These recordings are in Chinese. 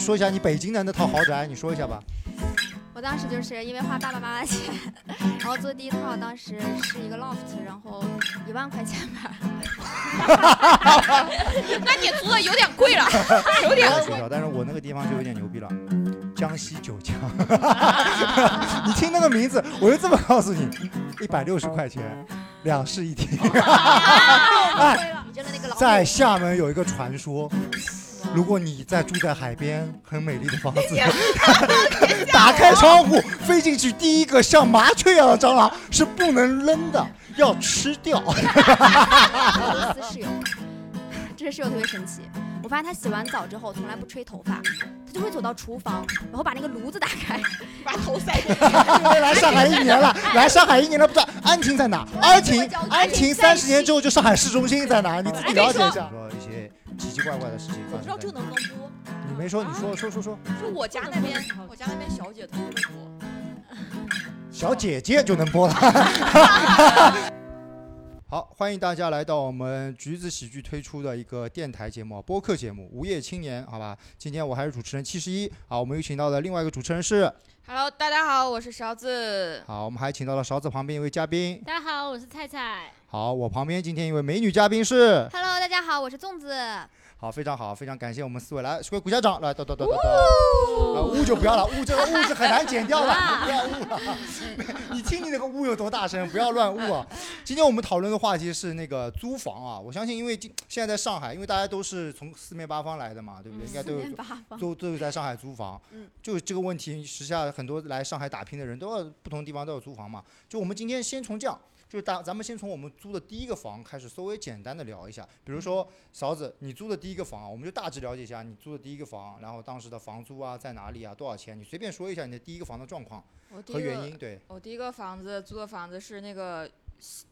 说一下你北京的那套豪宅，你说一下吧。我当时就是因为花爸爸妈妈钱，然后做第一套，当时是一个 loft，然后一万块钱吧。 那你租的有点贵了， 有点说一下，但是我那个地方就有点牛逼了，江西九 江。你听那个名字，我就这么告诉你，一百六十块钱，两室一厅。你真的那个老在厦门有一个传说，如果你在住在海边很美丽的房哎子， 打开哦窗户飞进去，第一个像麻雀一样的蟑螂是不能扔的，要吃掉。俄罗斯室友，这个室友特别神奇。我发现他洗完澡之后从来不吹头发，他就会走到厨房，然后把那个炉子打开，把头塞进去。 来上海一年了，来上海一年了，不知道安婷在哪？安婷，安婷三十年之后就上海市中心在哪？你自己了解一下。说一些奇奇怪怪的事情我不知道这个能不能播，你没说，你啊说说说说，就我家那边，我家那边小姐特别多。小姐姐就能播了。 好，欢迎大家来到我们橘子喜剧推出的一个电台节目啊、播客节目《无业青年》，好吧？今天我还是主持人七十一啊，我们又请到的另外一个主持人是， Hello，大家好，我是勺子。好，我们还请到了勺子旁边一位嘉宾，大家好，我是菜菜。好，我旁边今天一位美女嘉宾是， Hello，大家好，我是粽子。好，非常好，非常感谢我们四位来，各位鼓下掌，来，咚咚咚咚咚。啊，呜就不要了， 呜这个呜是很难剪掉的，啊不要呜了。 你听你那个呜有多大声，不要乱呜啊。今天我们讨论的话题是那个租房啊，我相信因为今现在在上海，因为大家都是从四面八方来的嘛，对不对？应该四都有面八方，都都有在上海租房，嗯就这个问题，时下很多来上海打拼的人都要不同地方都有租房嘛。就我们今天先从这样，就是大咱们先从我们租的第一个房开始，稍微简单的聊一下。比嗯如说勺子，你租的第一个房啊，我们就大致了解一下你租的第一个房，然后当时的房租啊在哪里啊，多少钱，你随便说一下你的第一个房的状况我第一和原个，因。对，我第一个房子租的房子是那个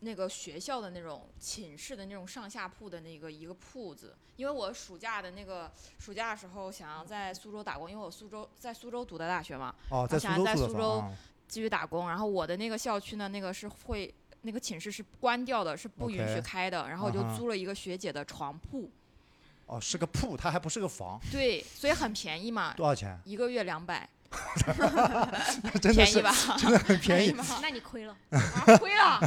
那个学校的那种寝室的那种上下铺的那个一个铺子，因为我暑假的那个暑假的时候想要在苏州打工，因为我苏州在苏州读的大学嘛，哦，在苏想州在租的苏房啊，继续打工。然后我的那个校区呢，那个是会那个寝室是关掉的，是不允 OK 许开的。然后我啊就哈租了一个学姐的床铺，哦，是个铺，它还不是个房，对，所以很便宜嘛，多少 钱？一个月两百，真的便宜是 吧？真的很便宜。吗？那你亏了，啊亏了，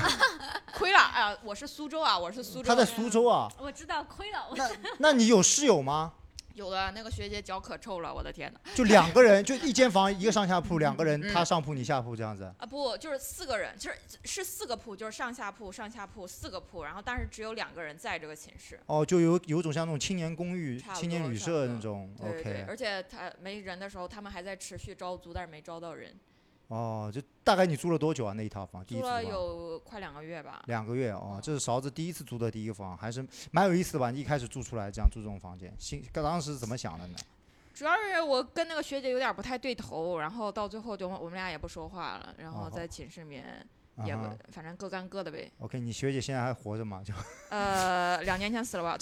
亏了！哎呀，我是苏州啊，我是苏州。他在苏州 啊，我知道亏了。我那那你有室友吗？有的那个学姐脚可臭了，我的天哪！就两个人，就一间房，一个上下铺，两个人，嗯他上铺你下铺这样子。啊不，就是四个人，就是是四个铺，就是上下铺、上下铺四个铺，然后但是只有两个人在这个寝室。哦，就有有种像那种青年公寓差、不多青年旅社那种。对对对 OK，而且他没人的时候，他们还在持续招租，但是没招到人，哦，就大概你租了多久啊？那一套房，第一租次了房。有快两个月吧。两个月哦，这是勺子第一次租的第一个房，还是蛮有意思的吧？你一开始住出来这样住这种房间，心当时是怎么想的呢？主要是我跟那个学姐有点不太对头，然后到最后就我们俩也不说话了，然哦后在寝室里面啊也不哈、反正各干各的呗。 OK，你学姐现在还活着吗？就呃，两年前死了吧？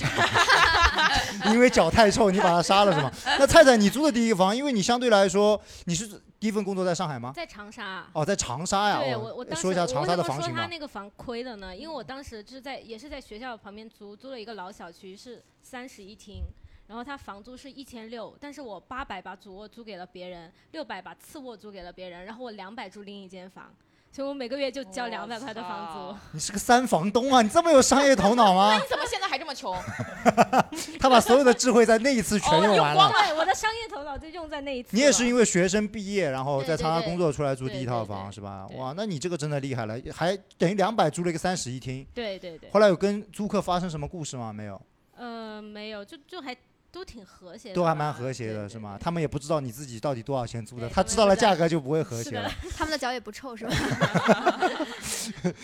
因为脚太臭，你把她杀了是 吗？那菜菜，你租的第一个房，因为你相对来说你是第一份工作在上海吗？在长沙。哦，在长沙呀。对哦我，我当时说一下长沙的我为什房么型说他吧。那个房亏了呢？因为我当时就是在也是在学校旁边租，租了一个老小区，是三室一厅，然后它房租是一千六，但是我八百把主卧租给了别人，六百把次卧租给了别人，然后我两百住另一间房，所以我每个月就交两百块的房租。你是个三房东啊！你这么有商业头脑吗？ 你怎么现在还这么穷？ 他把所有的智慧在那一次全哦用完了。对，我的商业头脑就用在那一次了。你也是因为学生毕业，然后对在长沙对对工作出来租第一套对房对对是吧？对哇，那你这个真的厉害了，还等于两百租了一个三室一厅。对对对，后来有跟租客发生什么故事吗？没有，呃，没有，就就还都挺和谐的吧，都还蛮和谐的对是对吗？对他们也不知道你自己到底多少钱租的，对他他们知道了不知道价格就不会和谐了。 他们的脚也不臭是吧？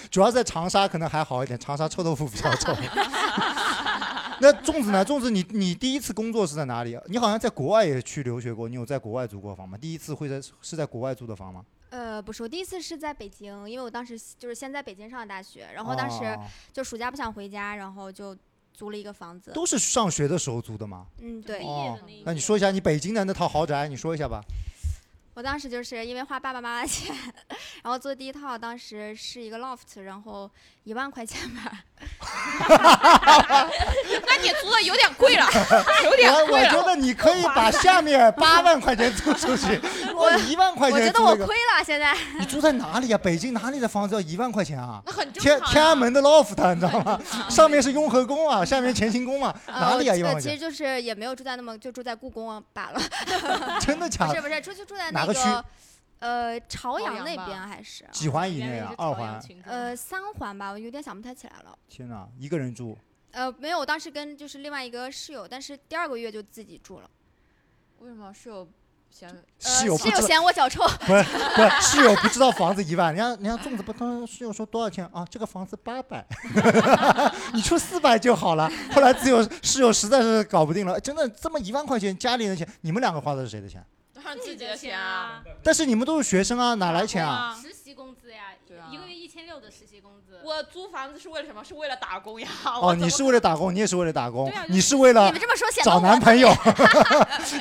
主要在长沙可能还好一点，长沙臭豆腐比较臭。 那粽子呢？粽子你，你第一次工作是在哪里？你好像在国外也去留学过，你有在国外租过房吗？第一次会在是在国外租的房吗？呃，不是，我第一次是在北京，因为我当时就是先在北京上的大学，然后当时哦就暑假不想回家，然后就租了一个房子。都是上学的时候租的吗？嗯，对毕，哦业的那一那你年说一下你北京的那套豪宅，你说一下吧。我当时就是因为花爸 爸妈妈钱，然后做第一套，当时是一个 loft，然后一万块钱吧。那你租的有点 贵了，有点我我贵觉了。得你可以把下面八万块钱租出去，我一万块 我觉钱得租我哎那亏个，了，现在你租在哪里啊？北京哪里的房子要一万块钱啊？那很正常天呀、天安门的 loft，你知道吗？啊上面是雍和宫啊，下面乾清宫啊， 哪里啊？呃一万呃块其钱实？就是也没有住在那么，就住在故宫啊 罢了。真的假不的是？不是，住就住在哪那个区呃朝朝阳阳那吧边还是几环以原来内也啊是？二朝阳环？群众呃三环吧，我有点想不太起来了。天哪，一个人住，呃，没有，我当时跟就是另外一个室友，但是第二个月就自己住了。为什么室友嫌室友呃啊室不友知道，嫌我脚臭，不是不是室友不知道房子一万，人家人家粽子不通，室友说多少钱啊？这个房子八百， 你出四百就好了。后来自由室友实在是搞不定了，真的这么一万块钱，家里人的钱，你们两个花的是谁的钱？当然自己的的钱啊，啊，但是你们都是学生啊，哪来钱啊？啊实习工资呀对啊，一个月一千六的实习工资。我租房子是为了什么？是为了打工呀。我哦，你怎是么为了打工，你也是为了打工对啊，就你是为了你们这么说显得找我男 朋友。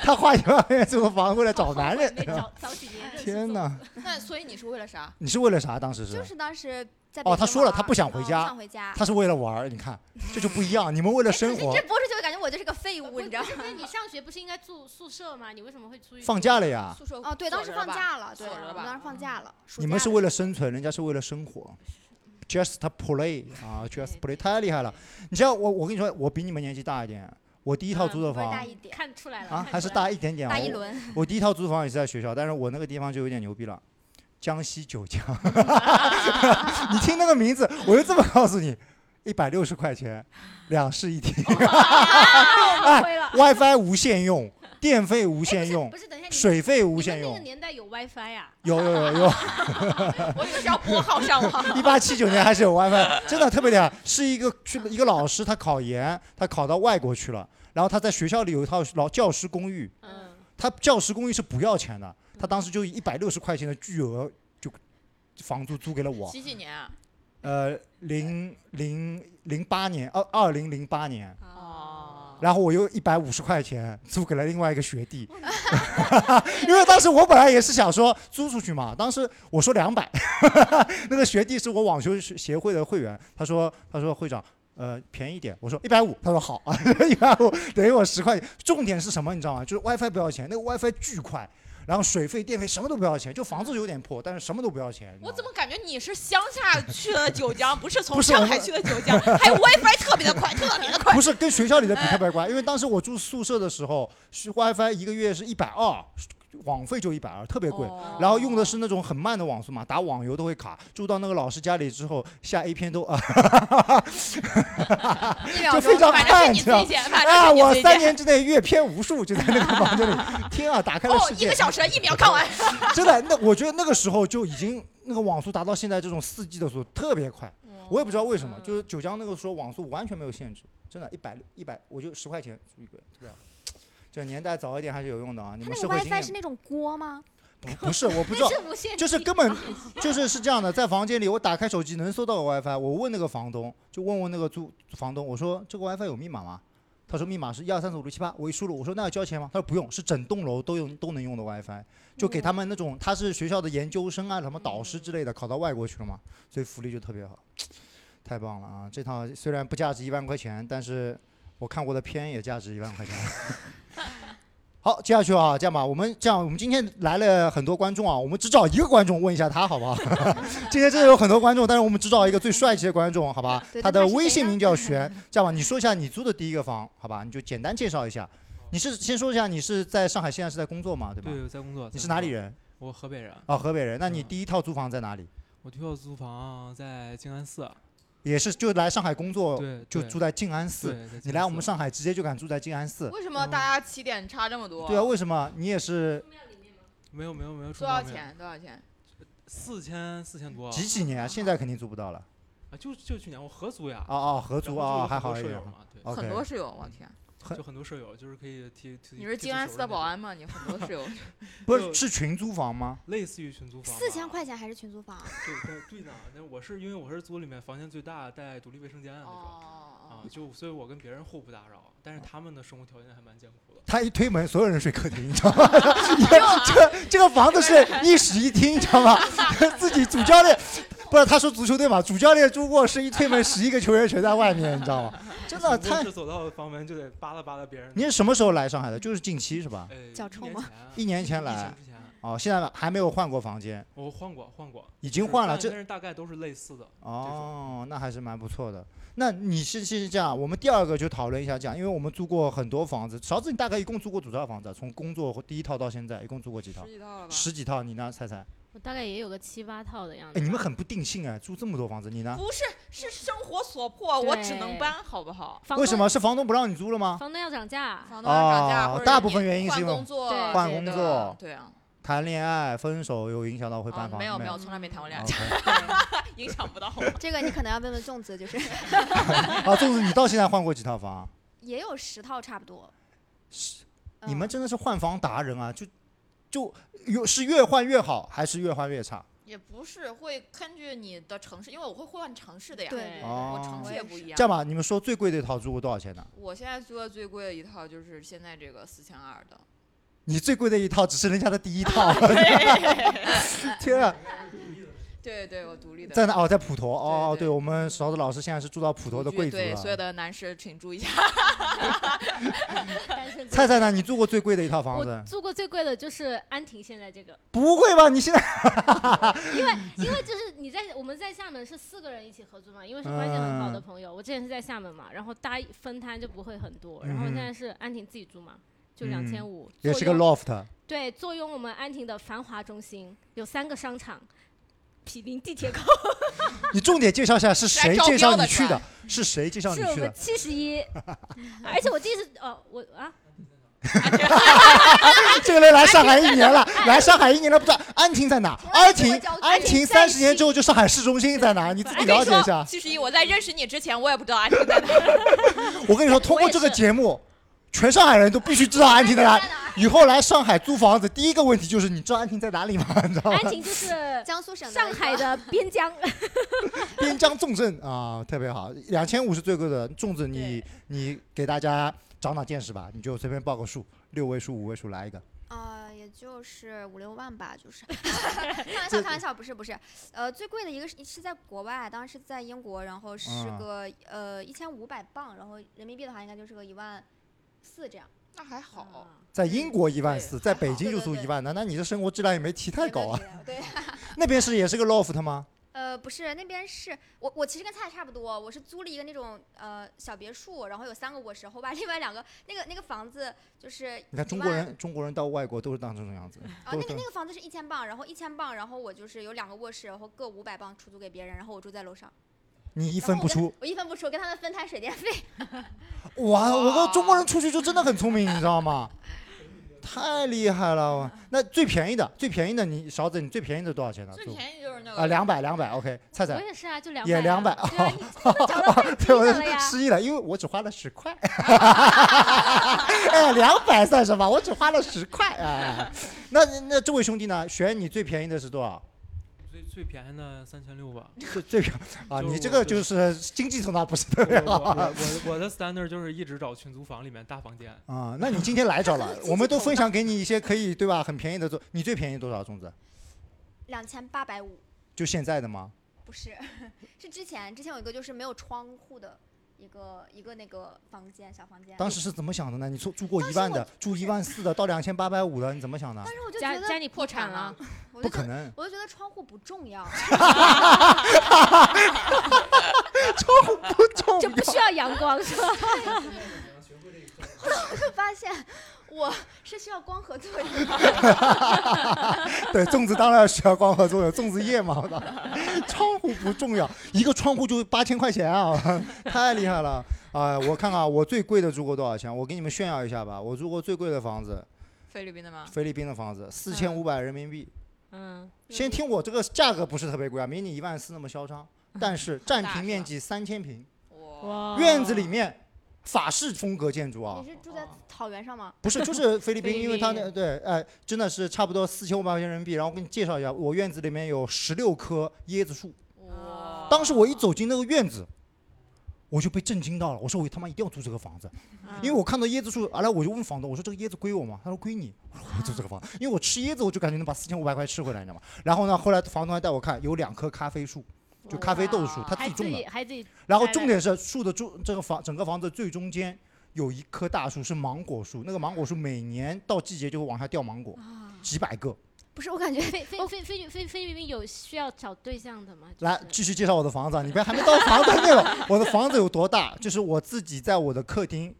他花一万块钱租个房为了找男 人。 没早早几年认识天哪，那所以你是为了啥？你是为了啥？当时是？就是当时在哦北他京说了玩他不想儿回嗯家不想回家。他是为了玩儿，你看这就不一样。你们为了哎生活可是，这播出去，我感觉我就是个废物，我你知道吗？不是你上学不是应该住宿舍吗？你为什么会出去住放假了呀。宿舍哦，对，当时放假了，对，锁我着了们吧当时放假了。暑你们假是的为时了候生存，人家是为了生活。Just play 啊，Just play 太厉害了！你像我，我跟你说，我比你们年纪大一点。我第一套租的嗯不是房大一点，看出来了啊，还是看大一点点啊。大一我轮。 我第一套租房也是在学校，但是我那个地方就有点牛逼了，江西九 江。你听那个名字，我就这么告诉你，一百六十块钱，两室 一厅哎出来了亏了。 ，WiFi 无限用，电费无不限用不，是等一下，你水费无你限们那用个。年代有 WiFi 呀？有有有有，我就是要拨号上网。一八七九年还是有 WiFi，真的特别厉害。是一个去了一个老师，他考研，他考到外国去了，然后他在学校里有一套老教师公寓，嗯，他教师公寓是不要钱的，他当时就一百六十块钱的巨额就房租租给了我。 几几年啊？呃，零零零八年，二二零零八年，哦然后我又一百五十块钱租给了另外一个学弟， 因为当时我本来也是想说租出去嘛，当时我说两百， 那个学弟是我网球协会的会员，他说他说会长。呃，便宜点，我说一百五，他说好 啊，一百五等于我十块钱。重点是什么，你知道吗？就是 WiFi 不要钱，那个 WiFi 巨快，然后水费、电费什么都不要钱，就房子有点破，但是什么都不要钱。我怎么么感觉你是乡下去了九 江，不是不从是上海去的九江？还有 WiFi 特别的快，特别的快。不是跟学校里的比特别乖，因为当时我住宿舍的时候，是 WiFi 一个月是一百二，网费就一百二，特别贵。哦然后用的是那种很慢的网速嘛，打网游都会卡。住到那个老师家里之后，下 A 片都啊，一秒就钟非常哦慢，反正是你你知道吗？最贱，反正啊，是你我最三贱。年之内阅片无数，就在那个房间里，天啊，打开了哦，世一界个。小时一秒看完。真的，那我觉得那个时候就已经那个网速达到现在这种四 G 的速度特别快。哦我也不知道为嗯什么，就是九江那个时候网速完全没有限制，真的，一百一百我就十块钱租一个，对吧？这年代早一点还是有用的啊，你他们那社个会经 WiFi 验是那种锅吗？不不是，我不知道 那，是无限，就是根本就是是这样的，在房间里我打开手机能搜到个 WiFi，我问那个房东，就问问那个租房东，我说这个 WiFi 有密码吗？他说密码是一二三四五六七八，我一输入，我说那要交钱吗？他说不用，是整栋楼都用都能用的 WiFi，就嗯给他们那种他是学校的研究生啊，什么导师之类的，考到外国去了嘛，所以福利就特别好，太棒了啊！这套虽然不价值一万块钱，但是我看过的片也价值一万块 钱。好，接下去啊，这样吧，我们这样，我们今天来了很多观众啊，我们只找一个观众问一下他，好不 好？今天真的有很多观众，但是我们只找一个最帅气的观众，好吧？对他他的是谁微信呢名 叫璇，这样吧，你说一下你租的第一个房，好吧？你就简单介绍一下。你是先说一下你是在上海，现在是在工作嘛，对吧？对，我在工作。你在是工哪里作？人？我河 北人，哦，河北人。那你嗯第一套租房在哪里？我学校租房在静安寺。也是就来上海工作，对，就对住在静安寺。对，在你静来安我们寺上海直接就敢住在静安寺？为什么大家起点差这么多？对啊，，为什么？你也是没有没有没有住多少房没有？钱？多少钱？四千四千多。几几年啊？现在肯定租不到了。啊，就就去年我合租呀。哦哦，合然租后就哦，有还很多好一舍点友。嘛，对， OK，很多室友，我天！很就很多舍友，就是可以踢踢。你是踢静足安球寺的那保种，安吗？你很多室 友不就是是群租房吗？类似于群租房吧。四千块钱还是群租房？啊对对对呢，那我是因为我是租里面房间最大，带独立卫生间的那种。啊嗯哦，，就所以，我跟别人互不打扰，但是他们的生活条件还蛮艰苦的。他一推门，所有人睡客厅，你知道吗？ 这这个房子是一室一厅，你知道吗？自己主教练不是他说足球队嘛，主教练朱过是一推门，十一个球员全在外面，你知道 吗？真的卧太……室走到房门就得扒拉扒拉别人。你是什么时候来上海的？就是近期是吧？呃脚臭吗？一年前前啊疫来情之前啊哦，现在还没有换过房间，我换过换过，已已经换了。这但是大概都是类似的。哦，那还是蛮不错的。那你是是这样，我们第二个就讨论一下这样，因为我们租过很多房子，勺子你大概一共租过多少房子啊？从工作第一套到现在，一共租过几套十？几套了吧？十几套，你呢？猜猜？我大概也有个七八嗯套的样哎，子。你们很不定性哎，租这么多房子，你呢？不是，是生活所迫，我只能对搬，好不好？房为东什？么是房东不让你租了吗？房东要涨价，房东要涨价，哦或者大你部分原因是换因为工作对换对工的作、对啊，谈恋爱、分手有影响到会啊搬房？没有没有，有。啊哦从来没谈过恋爱， OK 影响不到我。 这个你可能要问问粽子，就是啊，粽子，你到现在换过几套房？ 也有十套差不多。嗯你们真的是换房达人啊！就就有是越换越好，还是越换越差？也不是会根据你的城市，因为我会换城市的呀，对对我哦城我市也也不一样。这样吧，你们说最贵的一套租过多少钱呢？我现在租的最贵的一套就是现在这个四千二的，你最贵的一套只是人家的第一 套，天啊！对 对，我独立的。在哪？哦，在普陀。哦，对对，对我们勺子老师现在是住到普陀的贵族啊对所有了。的男士请注意一下，单身菜菜呢？你住过最贵的一套房我子？住过最贵的就是安婷现在 这个，不会吧？你现在因为因为就是你在我们在厦门是四个人一起合租嘛，因为是关系很嗯好的朋友。我之前是在厦门嘛，然后大家分摊就不会很多，然后现在是安婷自己住嘛，就嗯两千五，也是个 loft，对，坐拥我们安亭的繁华中心，有三个商场，毗邻地铁口，你重点介绍一下是谁来招介绍标你的去是的吧？是谁介绍是你我去们的？七十 一。而且我第一次，哦，我啊，这个人来上海一年了，来上海一年了，不知道安婷在哪？安婷，安婷三十年之后就上海市中心在哪？你自哎己了解一下。其实我在认识你之前，我也不知道安婷在哪。我跟你说，通过这个节目，全上海人都必须知道安啊婷在 哪。以后来上海租房子，第一个问题就是你知道安婷在哪里吗？ 你知道吗安？亭就是江苏省的上一个海的边疆， 边疆重镇啊，特别好，两千五是最贵的。粽子你，你给大家长长见识吧，你就随便报个数，六位数、五位数来一个。啊、也就是五六万吧， 就是。开玩笑，开玩笑，不是不是，呃，最贵的一个是是在国外，啊当时在英国，然后是嗯个、呃一千五百镑，然后人民币的话应该就是个一万四这样，那还好，在英国一万四，对在北京就对租对对一万呢，那你的生活质量也没提太也没高有啊。提到。对， 那边是也是个 loft 吗？呃，不是那边是我我其实跟菜差不多，我是租了一个那种呃小别墅，然后有三个卧室，后边另外两个那个那个房子就是你看中国人，中国人到外国都是当这种样子，啊，都那是个那个房子是一千镑，然后一千镑，然后我就是有两个卧室，然后各五百镑出租给别人，然后我住在楼上。你一然分后不我跟出。我一分不出，跟他们分摊水电费。哇，我跟中国人出去就真的很聪 明，你知道吗？太厉害了！嗯我那最便宜的，最便宜的你勺子，你最便宜的多少钱呢？最租便宜就是那啊，个两百两百，OK，菜我菜也是啊，就两也两200对 啊，你真的找到最低对， 我的了呀。失忆了，因为我只花了十块，哎，两百算什么？我只花了十块哎，那那这位兄弟呢？选你最便宜的是多少？最最便宜的三千六 吧。最最便啊，就是你这我个就就是经济头脑不是特我别我好啊我我的 standard 就是一直找群租房里面大房间， 啊。那你今天来着了，我们都分享给你一些可以对吧？很便宜的租，你最便宜多少？粽子？两千八百五，就现在的吗？不是，是之前之前有一个就是没有窗户的一个一个那个房间小房间。当时是怎么想的呢？你住住过当一时万我的，住一万四的，到两千八百五的，你怎么想的当？时我就家觉家得里破产了，不我就觉可得能，我就觉得窗户不重要， 就不需要阳光是吧？我就发现我是需要光合作用的。对，粽子当然需要光合作用，粽子叶嘛，我操，窗户不重要，一个窗户就八千块钱啊， 太厉害了啊、我看看我最贵的住过多少钱，我给你们炫耀一下吧，我住过最贵的房子，菲律宾的吗？菲律宾的房子，四千五百人民币。 嗯，先听我这个价格不是特别贵啊，没你一万四那么嚣张，但是占大是平吧面积三千平，哇，哇哦院子里面法式风格建筑啊你，是住在草原上吗？不是，就是菲律菲宾，律因为它宾那对，哎、真的是差不多四千五百块钱人民币。然后我给你介绍一下，我院子里面有十六棵椰子树。哇当时我一走进那个院子，我就被震惊到了。我说我他妈一定要租这个房子，嗯因为我看到椰子树，后来我就问房东，我说这个椰子归我吗？他说归你。我说我租这个房子，因为我吃椰子，我就感觉能把四千五百块吃回来，你知道吗？然后呢，后来房东还带我看，有两棵咖啡树，就咖啡豆树，哇他自还己自种的己。还自己然后摘重来点是树的中这个房整个房子最中间有一棵大树是芒果树，那个芒果树每年到季节就会往下掉芒果，啊，几百个。不是，我感觉菲菲哦菲菲律菲菲律宾有需要找对象的吗？就来是继续介绍我的房子，啊，你别还没到房子内 容。我的房子有多大？就是我自己在我的客厅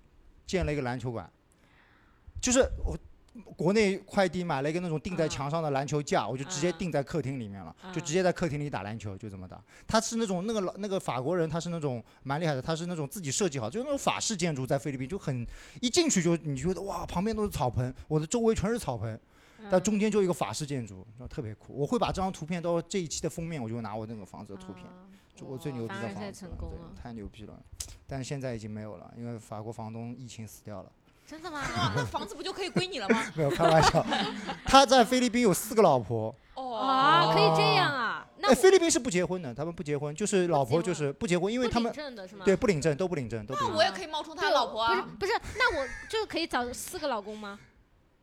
建了一个篮球馆，就是我国内快递买了一个那种钉在嗯墙上的篮球架，我就直接嗯钉在客厅里面了，就嗯直接在客厅里打篮球，就这么打。他是那种那个老那个法国人，他是那种蛮厉害的，他是那种自己设计好，就是那种法式建筑，在菲律宾就很一进去就你觉得哇，旁边都是草盆，我的周围全是草盆，嗯但中间就一个法式建筑，然后特别酷。我会把这张图片到这一期的封面，我就拿我那个房子的图片，啊就我最哇牛逼凡的尔赛房子成了，功对了太牛逼了。但是现在已经没有了，因为法国房东疫情死掉了。 真的吗？哇，那房子不就可以归你了吗？没有开玩笑， 他在菲律宾有四个老婆。哦啊，可以这样啊？那哎，我菲律宾是不结婚的，他们不结婚，就是老婆就结婚是不结婚，因为不他领们证的是吗？对不领证都不领证都不领那证。我也可以冒充他老婆啊！不是不是，那我就可以找四个老公 吗？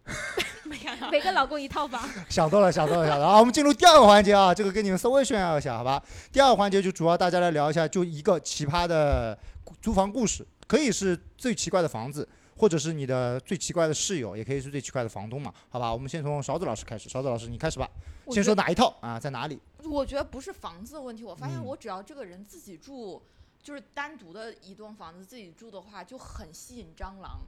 每个老公一套房，想到了，想到了，想到了。好，我们进入第二个环节啊，这个跟你们稍微炫耀一下，好吧？第二个环节就主要大家来聊一下，就一个奇葩的租房故事，可以是最奇怪的房子，或者是你的最奇怪的室友，也可以是最奇怪的房东嘛，好吧？我们先从勺子老师开始，勺子老师你开始吧，我先觉说得哪一套啊，在哪里？我觉得不是房子的问题，我发现嗯我只要这个人自己住，就是单独的一栋房子自己住的话，就很吸引蟑螂。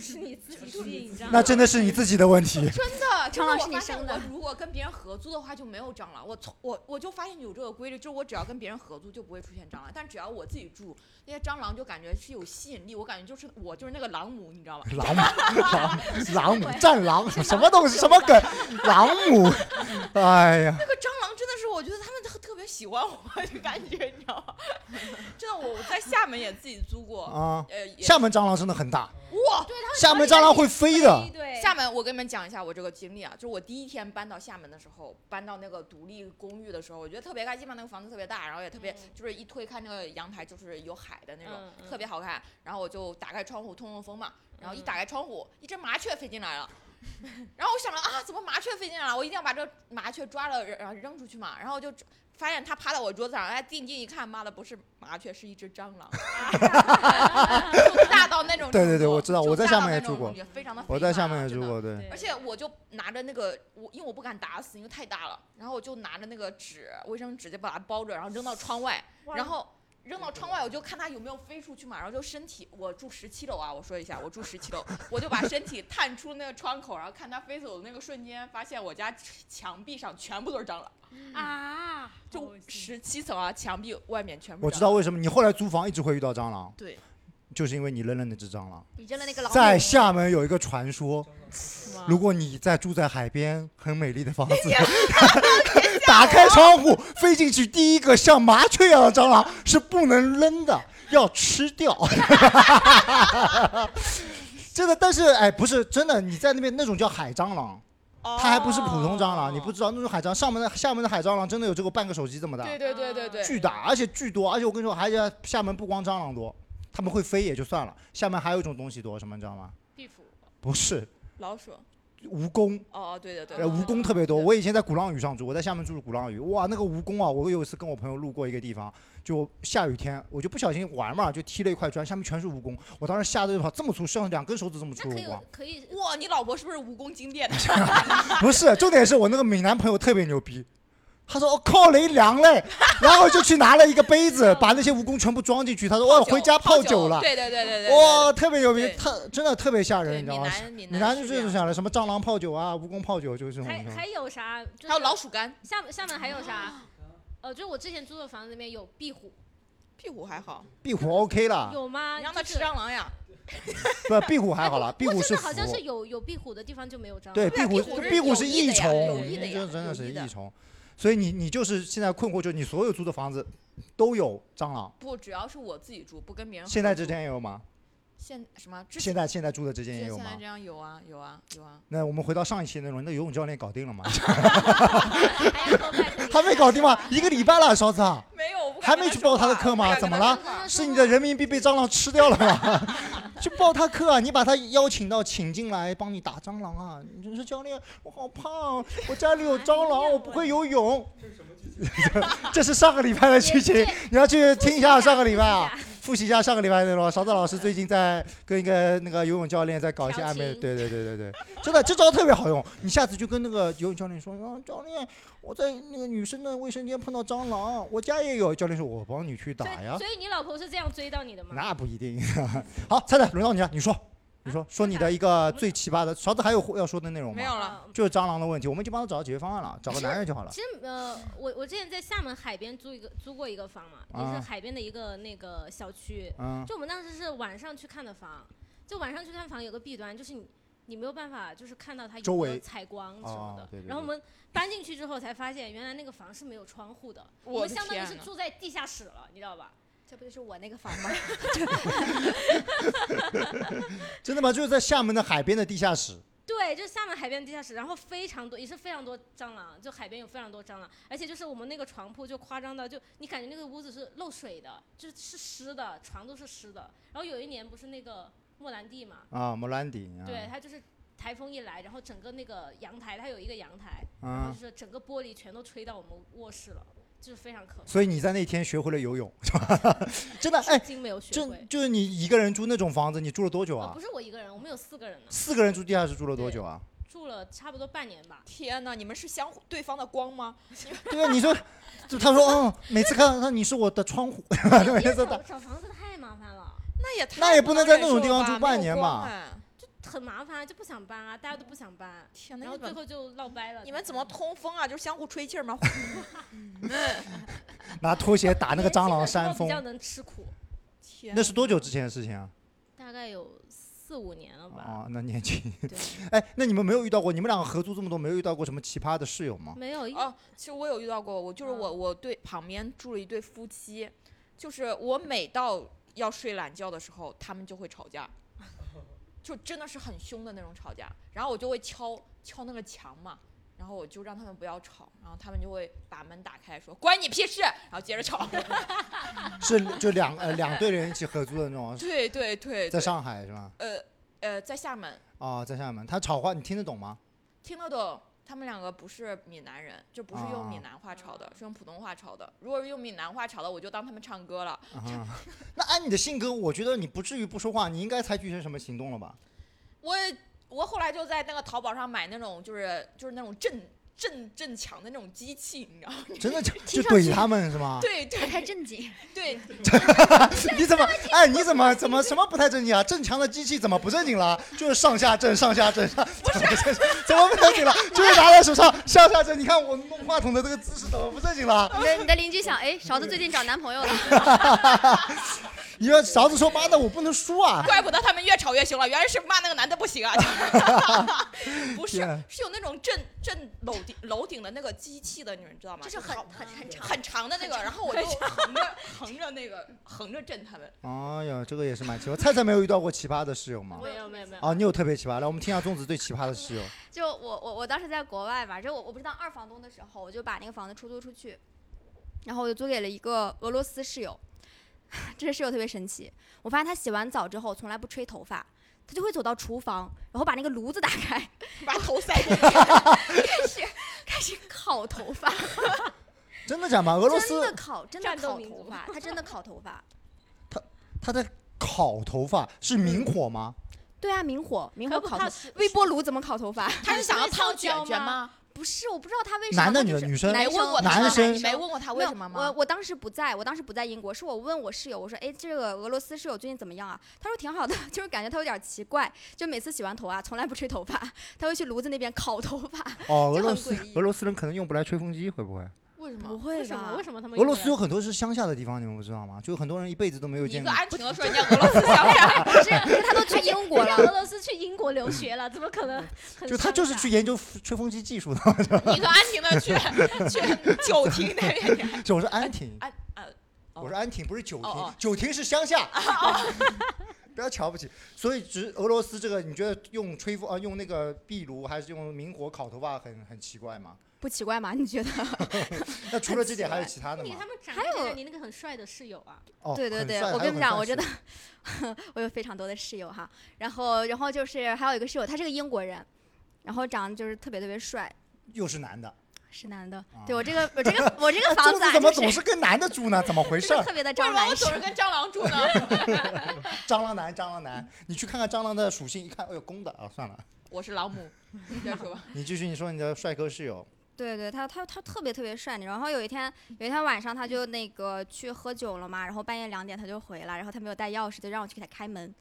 是你自己吸引那真的是你自己的问题。真的，真蟑的，螂我是你发现生我的如果跟别人合租的话就没有蟑螂。我从我我就发现有这个规律，就是我只要跟别人合租就不会出现蟑螂，但只要我自己住，那些蟑螂就感觉是有吸引力。我感觉就是我就是那个狼母，你知道吗？狼母，狼狼母，战狼，什么东西？什么梗？狼母，哎呀，那个蟑螂真的是，我觉得他们特特别喜欢我，就感觉你知道吗？ 真的，我我在厦门也自己租过，啊！呃，也厦门蟑螂真的很大，哇，厦门蟑螂会飞的。对，厦门，我跟你们讲一下我这个经历啊，就是我第一天搬到厦门的时候，搬到那个独立公寓的时候，我觉得特别开心嘛，那个房子特别大，然后也特别、嗯就是一推开那个阳台就是有海的那种，嗯嗯特别好看。然后我就打开窗户通通风嘛，然后一打开窗户，一只麻雀飞进来 了。然后我想着啊，怎么麻雀飞进来了？我一定要把这个麻雀抓了，然后扔出去嘛。然后我就发现它趴到我桌子上，哎，定睛一看，妈的，不是麻雀，是一只蟑 螂，就大到那种程度。啊对对对我知道我在就大厦门到也那种住过程度非常的。我在厦门也住真的过，对。而且我就拿着那个，我因为我不敢打死，因为太大了，然后我就拿着那个纸，卫生纸就把它包着，然后扔到窗外，然后扔到窗外，我就看它有没有飞出去嘛，然后就身体，我住十七楼啊，我说一下，我住十七楼，我就把身体探出那个窗口，然后看它飞走的那个瞬间，发现我家墙壁上全部都是蟑螂，嗯啊，就十七层啊，墙壁外面全部。我知道。为什么你后来租房一直会遇到蟑螂，对，就是因为你扔了那只蟑螂。你扔了那个老在母厦门有一个传说，吗如果你在住在海边很美丽的房子， 打开窗户飞进去第一个像麻雀一样的蟑螂是不能扔的，要吃掉。 真的，但是哎，不是真的，你在那边那种叫海蟑螂，它还不是普通蟑螂，你不知道那种海蟑，上门的厦门的海蟑螂真的有这个半个手机这么大。哦对对对对对，巨大，而且巨多，而且我跟你说，而且厦门不光蟑螂多，他们会飞也就算了，厦门还有一种东西多，什么你知道吗？壁虎，不是老鼠。蜈蚣，哦哦，对对对呃，。蜈蚣特别多。我以前在鼓浪屿上住，我在厦门住的鼓浪屿，哇，那个蜈蚣啊，我有一次跟我朋友路过一个地方，就下雨天，我就不小心玩嘛，就踢了一块砖，下面全是蜈蚣，我当时吓得就跑，这么粗，像两根手指这么那粗的可蜈蚣以。可以哇，你老婆是不是蜈蚣精殿的？不是，重点是我那个闽南朋友特别牛逼，他说我、哦靠雷凉嘞，然后就去拿了一个杯子，把那些蜈蚣全部装进去，他说 我、回家泡酒了。对对对对对，哇，特别牛逼对，特真的特别吓人，对你知道闽吗？南闽闽南就就是这这种样，想的，什么蟑螂泡酒啊，蜈蚣泡酒，就是这种还东西。还有啥？就是还有老鼠啊干，厦门厦门还有啥？呃，就是我之前租的房子里面有壁虎，屁股还好，壁虎 OK 啦，有吗？你让它就吃是蟑螂呀。 不，壁虎还好啦，哎壁虎我真的服好。像是有有壁虎的地方就没有蟑螂。对，对壁啊虎壁虎是壁虎有是益的呀虫有，益的这呀真的有是益的益虫。所以你你就是现在困惑，就是你所有租的房子都有蟑螂。不，只要是我自己住，不跟别人合租。现在之间也有吗？现什么之现前在现在住的之间也现有在吗这？样有啊有啊有啊，那我们回到上一期内容，那游泳教练搞定 了吗？还要购买 的还没搞定吗？一个礼拜了，勺子啊，没有，我不敢还跟没他去说报他的话课我不吗敢怎跟么他了说话是你的人民币被蟑螂吃掉了吗？ 去报他课啊，你把他邀请到请进来帮你打蟑螂啊！你真是教练，我好胖，我家里有蟑螂，我不会游泳。 这是上个礼拜的剧情，你要去听一下上个礼拜啊， 复习一下上个礼拜的内容。勺子老师最近在跟一个那个游泳教练在搞一些暧昧，调情对对对对对，真的这招特别好用。你下次就跟那个游泳教练说，啊，教练，我在那个女生的卫生间碰到蟑螂，我家也有。教练说，我帮你去打所呀以，。所以你老婆是这样追到你的吗？那不一定。 好，菜菜轮到你了，你说，你啊说，说你的一个最奇葩的。勺子还有要说的内容没吗？有了。嗯就是蟑螂的问题，我们已经帮他找到解决方案 了，找个是男人就好了。其实呃，我我之前在厦门海边租一个租过一个房嘛，也啊是海边的一个那个小区。嗯，就我们当时是晚上去看的房，就晚上去看房有个弊端就是你。你没有办法，就是看到它周有没围有采光什么的。哦对对对然后我们搬进去之后才发现，原来那个房是没有窗户的，我我们的相当于天啊是呐住在地下室了，你知道吧？这不就是我那个房吗？ 真的吗？就是在厦门的海边的地下室。对，就是厦门海边地下室，然后非常多，也是非常多蟑螂，就海边有非常多蟑螂，而且就是我们那个床铺就夸张到，就你感觉那个屋子是漏水的，就是是湿的，床都是湿的。然后有一年不是那个莫兰蒂嘛，啊，莫兰迪。啊对，，它就是台风一来，然后整个那个阳台，它有一个阳台，然后嗯就，是整个玻璃全都吹到我们卧室了，就是非常可怕。所以你在那天学会了游泳， 是吧？真的，哎至，今没有学这会。就是你一个人住那种房子，你住了多久啊，啊不？是我一个人，我们有四个人呢，四个人住地下室住了多久啊？住了差不多半年 吧。天哪，你们是相互对方的光吗？对啊，你说，就他说，嗯，每次看到他你是我的窗户， 因每为次找打找房子太麻烦了。那也太那也不能在忍那种地受了方吧住半没有年光吧哎很麻烦，就不想搬啊，大家都不想搬，天哪，然后你最们后就闹掰了。你们怎么通风啊？就是相互吹气儿吗？拿拖鞋打那个蟑螂扇比风，较能吃苦，天 那是多久之前的事情啊？大概有四五年了吧。啊，那年轻。对，哎，那你们没有遇到过，你们两个合租这么多，没有遇到过什么奇葩的室友 吗？没有，因为哦，其实我有遇到过，我就是嗯我，我对旁边住了一对夫妻，就是我每到要睡懒觉的时候，他们就会 吵架，就真的是很凶的那种吵架。然后我就会敲敲那个墙嘛，然后我就让他们不要吵，然后他们就会把门打开说关你屁事，然后接 着吵。是就两呃两队人一起合租的那种，对对对，在对上海是吧？呃呃，在厦门哦，在厦门，他吵话你听得懂吗？听得懂。他们两个不是闽南人，就不是用啊闽南话吵的，是用普通话吵的。如果是用闽南话吵的，我就当他们唱歌了。啊，那按你的性格，我觉得你不至于不说话，你应该采取一些什么行动了吧？我我后来就在那个淘宝上买那种就是就是那种震震震墙的那种机器，你知道吗？真的就就听上怼去他们是吗？对不对太正经。对， 你怎么哎你怎么怎么什么不太正经啊？正强的机器怎么不正经了？就是上下震上下震上，不是怎么不正经了？就是拿在手上上下震，你看我弄话筒的这个姿势怎么不正经了？ 你的你的邻居想，哎，勺子最近找男朋友了，你说勺子说妈的我不能输啊！怪不得他们越吵越凶了，原来是骂那个男的不行啊！不是 天，是有那种震震楼顶楼顶的那个机器的，你们知道吗？ 就是很很很长。很长的那个，然后我就横着横着那个横着震他们。哎呀，这个也是蛮奇葩。菜菜没有遇到过奇葩的室友吗？没有没有没有。啊，你有特别奇葩，来，我们听一下粽子最奇葩的室友。就我我我当时在国外吧，就我我不是当二房东的时候，我就把那个房子出租出去，然后我就租给了一个俄罗斯室友。 这个室友特别神奇，我发现他洗完澡之后从来不吹头发，他就会走到厨房，然后把那个炉子打开， 把头塞 进去，开始开始烤头发，真的假吗？俄罗真的斯烤，真的战斗烤民头族发，他真的烤头发。他的烤头发是明火吗？ 对啊，明火，明火可不烤怕头，是微波炉怎么烤头发？他是想要烫卷卷吗？不是，我不知道他为什么。男的他女就的是女生男没问过生，他吗男生你没问啊过他为什么没有吗？我我当时不在，我当时不在英国，是我问我室友，我说，哎，这个俄罗斯室友最近怎么样啊？他说挺好的， 就是感觉他有点奇怪，就每次洗完头啊，从来不吹头发，他会去炉子那边烤头发，哦，俄就罗很斯诡异俄。罗斯人可能用不来吹风机，会不会？为什么？不会为什么？吧为？什么他们俄罗斯有很多是乡下的地方，你们不知道吗？就很多人一辈子都没有你一见个过。安亭的说人家俄罗斯乡下，啊不是，他都去英国 人了家。俄罗斯去英国留学了，怎么 可能？就他就是去。研究吹风机技术的。你和安亭的去去酒亭那 边， 就我说安亭，安安哦我说安亭不是九哦亭哦，九亭是乡下。 不要瞧不起。所以，只俄罗斯这个，你觉得用吹风啊，用那个壁炉还是用明火烤头发很很奇怪吗？不奇怪吗？你觉得？那除了这点还有其他的你给吗？他们展还开讲有讲你那个很帅的室友啊，哦，对对很对，帅我还有跟你很讲，帅我真是的， 我有非常多的室友哈。然后，然后就是还有一个室友，他是个英国人，然后长得就是特别特别帅，又是男的，是男的。啊对我这个我这个我这个房这子啊，怎么就总是是跟男的住呢？怎么回事这儿个？特别的为招什么男我总是生。跟蟑螂住呢？蟑螂男，蟑螂男，你去看看蟑螂的属性，一看，哎呦，公的啊，算了，我是老母，你再说吧。你继续，你说你的帅哥室友，对对，他他他特别特别帅。然后有一天有一天晚上，他就那个去喝酒了嘛，然后半夜两点他就回来，然后他没有带钥匙，就让我去给他开门。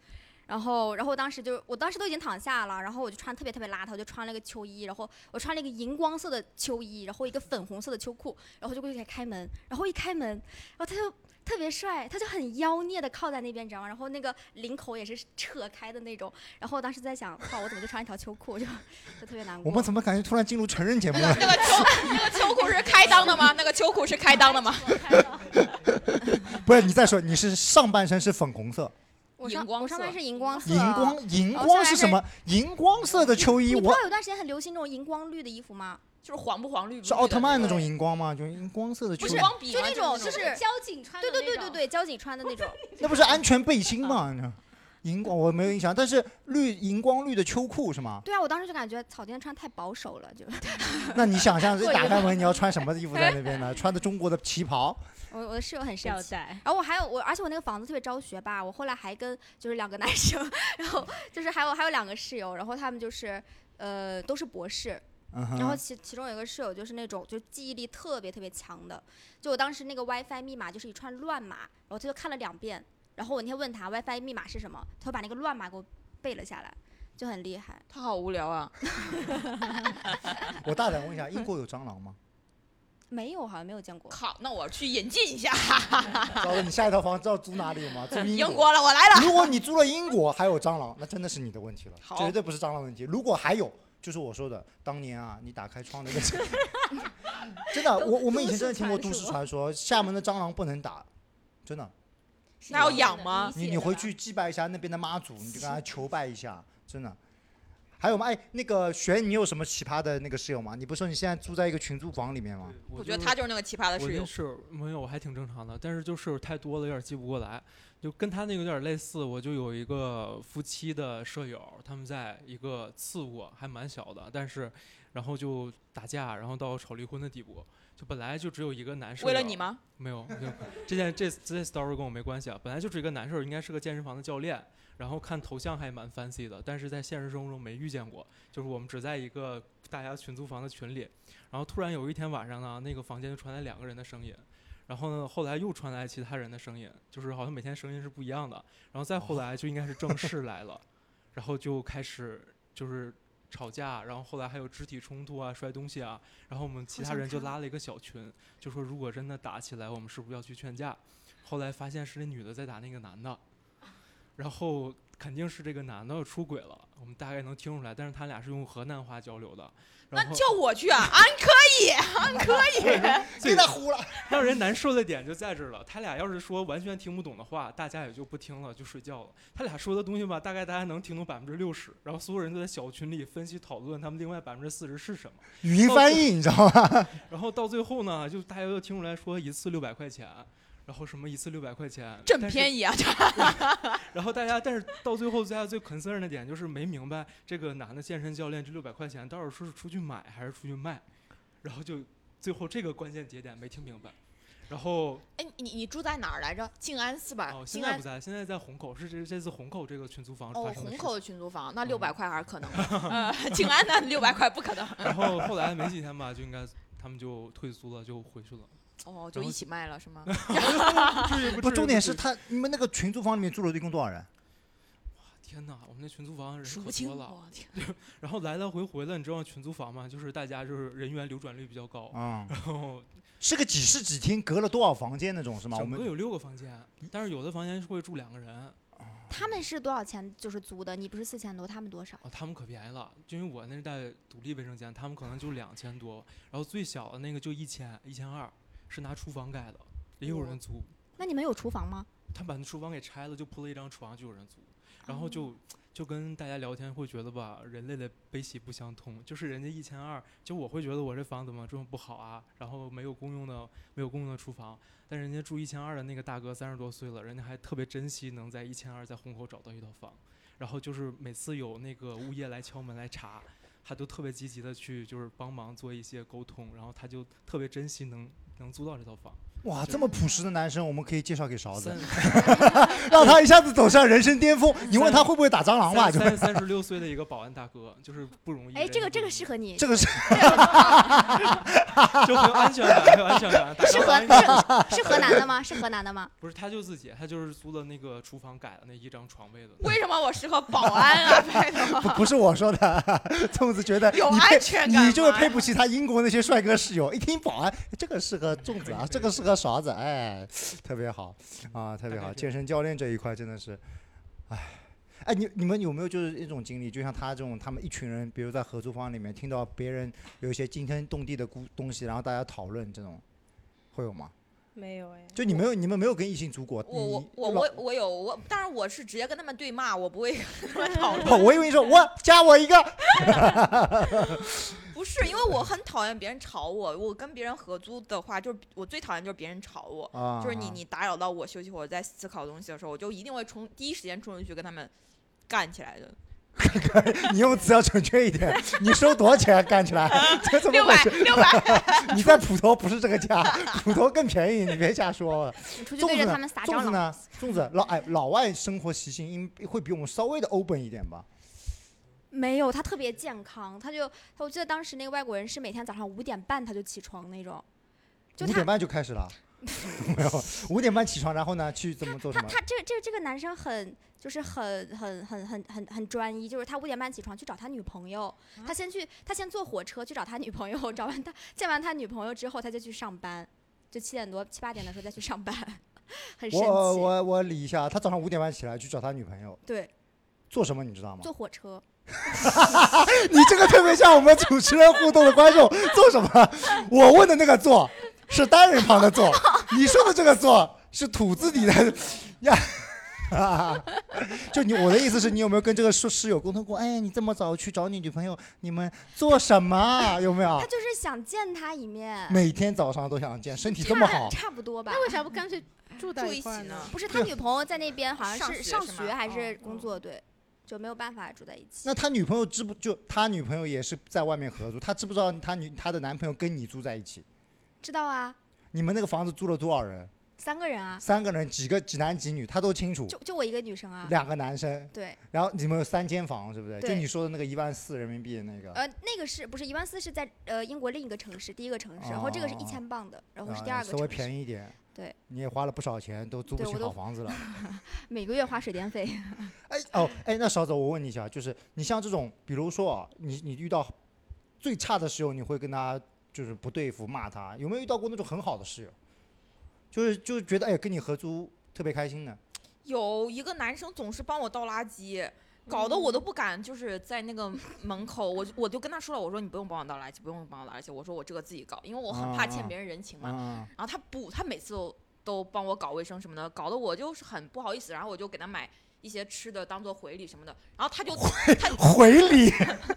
然后，然后我当时就，我当时都已经躺下了，然后我就穿特别特别邋遢，我就穿了个秋衣，然后我穿了一个荧光色的秋衣，然后一个粉红色的秋裤，然后就过去给他开门，然后一开门，然后他就特别帅，他就很妖孽的靠在那边，你知道吗？然后那个领口也是扯开的那种，然后我当时在想，靠，我怎么就穿一条秋裤，就 就特别难过。我们怎么感觉突然进入成人节目 那了？个那个秋那个秋裤是开裆的吗？那个秋裤是开裆的 吗？看到不是，你再说，你是上半身是粉红色，我上荧光我上半色身荧光色，荧光荧哦光是上半什身么？荧光色的秋衣，你不我知道有段时间很流行那种荧光绿的衣服吗？就是黄不黄绿不绿是的奥特曼那个种荧光吗？就是荧光色的秋不衣是，光笔就吗，那种种就是交警穿的对对对那对种，对，交警穿的那种。那不是安全背心吗？那荧光我没有印象，但是绿荧光绿的秋裤是 吗？ 对啊，我当时就感觉草甸穿太保守了，就 那你想象过这于打开门你要穿什么衣服在那边呢？穿的中国的旗袍，我我的室友很生吊气。带。然后我还有我，而且我那个房子特别招学霸，我后来还跟就是两个男生， 然后就是还有还有两个室友，然后他们就是呃都是博士，嗯哼，然后其其中有一个室友就是那种就记忆力特别特别强的，就我当时那个 WiFi 密码就是一串乱码，然后他就看了两遍，然后我那天问他 WiFi 密码是什么，他就把那个乱码给我背了下来，就很厉害。他好无聊啊！我大胆问一下，英国有蟑 螂吗？没有，好像没有见过。靠，那我去引进一下，糟了，你下一套房知道租哪里吗？租英英国了，我来了。 如果你租了英国还有蟑螂，那真的是你的问题了，好绝对不是蟑螂问题。如果还有，就是我说的，当年啊，你打开窗那个， 真的，我我们以前真的听过都市传说，厦门的蟑螂不能打，真的，是那要有的养吗你写你的回吧去祭拜一下那边的妈祖，你就跟他求拜一下，真的。还有吗？哎，那个璇，你有什么奇葩的那个室友吗？你不是说你现在住在一个群租房里面吗？我我觉得他就是那个奇葩的我室那友，室友没有，我还挺正常的，但是就室友太多了，有点记不过来。就跟他那个有点类似，我就有一个夫妻的舍友，他们在一个次卧，还蛮小的，但是然后就打架，然后到吵离婚的地步。就本来就只有一个男舍友，为了你？吗？没有，没有这件这这 story 跟我没关系啊。本来就只有一个男舍友，应该是个健身房的教练，然后看头像还蛮 fancy 的，但是在现实生活中没遇见过。就是我们只在一个大家群租房的群里，然后突然有一天晚上呢，那个房间就传来两个人的声音，然后呢，后来又传来其他人的声音，就是好像每天声音是不一样的，然后再后来就应该是正式来了，然后就开始就是吵架，然后后来还有肢体冲突啊，摔东西啊，然后我们其他人就拉了一个小群，就说如果真的打起来，我们是不是要去劝架？后来发现是那女的在打那个男的，然后肯定是这个男的出轨了，我们大概能听出来，但是他俩是用河南话交流的，那然后叫我去啊！安可以，安可以。所别以再呼了，让人难受的点就在这儿了。他俩要是说完全听不懂的话，大家也就不听了，就睡觉了。他俩说的东西吧，大概大家能听懂百分之六十，然后所有人都在小群里分析讨论他们另外百分之四十是什么。语音翻译你知道吗？然后到最后呢，就大家都听出来说一次六百块钱，然后什么一次六百块钱，真但是便宜啊！然后大家，但是到最后，大家最 concern 的点就是没明白这个男的健身教练这六百块钱到底是出去买还是出去卖，然后就最后这个关键节点没听明白。然后哎，你你住在哪儿来着？静安是啊吧？哦，现静在安不在，现在在虹口，是这这次虹口这个群租房哦发，生的虹事口情。的群租房那嗯六百块还是可能的，呃，静安那六百块不可能。然后后来没几天吧，就应该他们就退租了，就回去了。哦，就一起卖了是吗？至于不，至于重点至是于他你们那个群租房里面住了一共多少人？天哪，我们那群租房人数可不清，多哦了。我天，然后来来回回的，你知道群租房吗？就是大家就是人员流转率比较高，啊、然后是个几室几厅，隔了多少房间那种是吗？我整个们有六个房间，但是有的房间会住两个人。他们是多少钱就是租的？你不是四千多，他们多少？哦，他们可便宜了，就因为我那是在独立卫生间，他们可能就两千多，然后最小的那个就一千一千二，是拿厨房盖的，哦也有人租。那你们有厨房吗？他把那厨房给拆了，就铺了一张床，就有人租。然嗯后哦就就跟大家聊天会觉得吧，人类的悲喜不相通，就是人家一千二，就我会觉得我这房怎么这么不好啊，然后没有公用的没有公用的厨房，但人家住一千二的那个大哥三十多岁了，人家还特别珍惜能在一千二在虹口找到一套房，然后就是每次有那个物业来敲门来查。他都特别积极的去，就是帮忙做一些沟通，然后他就特别珍惜能能租到这套房。哇，就这么朴实的男生，我们可以介绍给勺子三，让他一下子走上人生巅峰。你问他会不会打蟑螂吧？三就三三十六岁的一个保安大哥，就是不容易。哎，这个这个是适合你，这个是 就很有安全感，很有安全感。打是 招呼河应该是是河南的吗？是河南的吗？不是，他就自己，他就是租了那个厨房改了那一张床位的。为什么我适合保安 啊？拜托，不不是我说的， 粽子觉得有你配安全感你就是吗配不起他英国那些帅哥室友。一听保安，这个适合粽 子啊，这个适合勺子，哎，特别好啊，特别大好。概这健身教练这一块真的是，哎。哎，你你们有没有就是一种经历，就像他这种，他们一群人，比如在合租房里面听到别人有一些惊天动地的故东西，然后大家讨论这种，会有吗？没有哎，就你没有，你们没有跟异性租过？我我你我老我我有我，当然我是直接跟他们对骂，我不会跟他们讨 论。哦，我以为你说我加我一个，不是，因为我很讨厌别人吵我。我跟别人合租的话，就是我最讨厌就是别人吵我，啊就是你你打扰到我休息或者在思考东西的时候，我就一定会冲第一时间冲出去跟他们干起来的。 你用词要准确一点，你收多少钱啊干起来？ 这怎么六回百事？六百， 你在普陀不是这个价，普陀更便宜，你别瞎说了。你出去粽对子着呢他们？撒粽蟑子螂。呢？粽子老哎，老外生活习性应会比我们稍微的 open 一点吧？没有，他特别健康，他就他我记得当时那个外国人是每天早上五点半他就起床那种，五就他点半就开始 了，没有，五点半起床，然后呢去怎么做 他什么？他这这这个男生很就是很很很很很很专一，就是他五点半起床去找他女朋友，他先去他先坐火车去找他女朋友， 找完他见完他女朋友之后，他就去上班，就七点多七八点的时候再去上班，很神我奇。我我理一下，他早上五点半起来去找他女朋友对，做什么，你知道吗？坐火车，你这个特别像我们主持人互动的观众，做什么？我问的那个做是单人旁的做，你说的这个做是土字底的呀。 啊，就你我的意思是你有没有跟这个室室友沟通过？哎，你这么早去找你女朋友，你们做什么？有没有他？就是想见他一面，每天早上都想见，身体这么差 好，差不多吧那。为啥不干脆住在住一块儿起呢不是他女朋友在那边好像上是学上是学吗还哦是哦工作，对，就没有办法住在一起。那他女朋友知不就他女朋友也是在外面合租，他知不知道他女他的男朋友跟你住在一起？知道啊，你们那个房子租了多少人？三个人啊，三个人，几个几男几女，他都清楚。就就我一个女生啊。两个男生，对，然后你们有三间房，是不对？对就你说的那个一万四人民币的那个，呃，那个是不是一万四是在呃英国另一个城市，第一个城市，然后这个是哦一千磅的，然后是啊第二个稍微城便市，宜一点。对，你也花了不少钱，都租不对起我都好房 子了。每个月花水电 费。哎哦，哎，那勺子，我问你一下，就是你像这种，比如说啊，你你遇到最差的室友，你会跟他就是不对付骂他，有没有遇到过那种很好的室友？就是就是觉得哎，跟你合租特别开心的。有一个男生总是帮我倒垃圾，搞得我都不敢，就是在那个门口，我就我就跟他说了，我说你不用帮我倒垃圾，不用帮我倒垃圾，我说我这个自己搞，因为我很怕啊欠别人人情嘛。嗯，然后他不，他每次都都帮我搞卫生什么的，搞得我就是很不好意思。然后我就给他买一些吃的当做回礼什么的，然后他就他嗯回礼，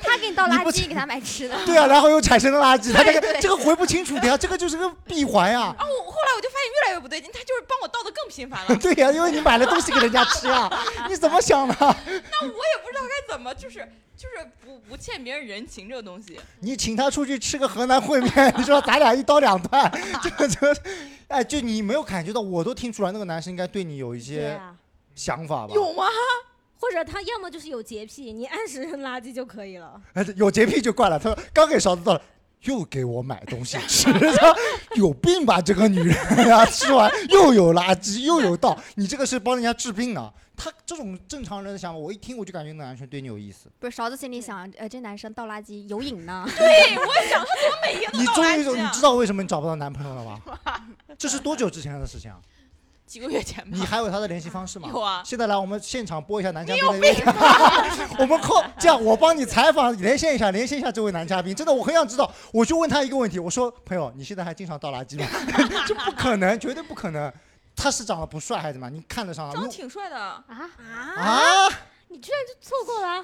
他给你倒你垃不圾，给他买吃的。对啊，然后又产生了垃圾，他这对个对这个回不清楚的呀，这个就是个闭环呀、啊，我后来我就发现越来越不对劲，他就是帮我倒的更频繁 。了对呀、因为你买了东西给人家吃呀、你怎么想的？那我也不知道该怎么，就是就是不不欠别人人情这个东西。你请他出去吃个河南烩面， 你说咱俩一刀两断，这个这个，哎，就你没有感觉到，我都听出来那个男生应该对你有一对些啊，想法吧？吗？或者他要么就是有洁癖，你按时扔垃圾就可以了。哎有洁癖就怪了。他说刚给勺子倒了。又给我买东西吃，他有病吧？这个女人呀、吃完又有垃圾又有倒，你这个是帮人家治病啊！他这种正常人的想法，我一听我就感觉那男生对你有意思。不是勺子心里想，呃，这男生倒垃圾有瘾呢。对，哎我也想他怎么每天你都倒终垃于有圾你啊知？道为什么你找不到男朋友了吧？这是多久之前的事情啊？几个月前吧你。还有他的联系方式吗？有啊现在来，我们现场播一下男嘉宾的联系。 我们扣这样，我帮你采访连线一下，连线一下这位男嘉宾。真的，我很想知道。 我就问他一个问题，我说：“朋友，你现在还经常倒垃圾吗？”这不可能，绝对不可能。他是长得不帅还是怎么样？你看得上他长得你挺帅的，啊，啊？你居然就错过了啊，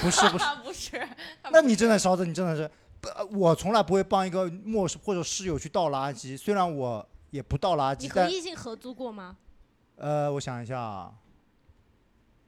不是不是，他啊不是，他那不你真的勺子，你真的是，不呃我从来不会帮一个陌生或者室友去倒垃圾，虽然我也不倒垃圾你，和但异性合租过吗？呃，我想一下啊，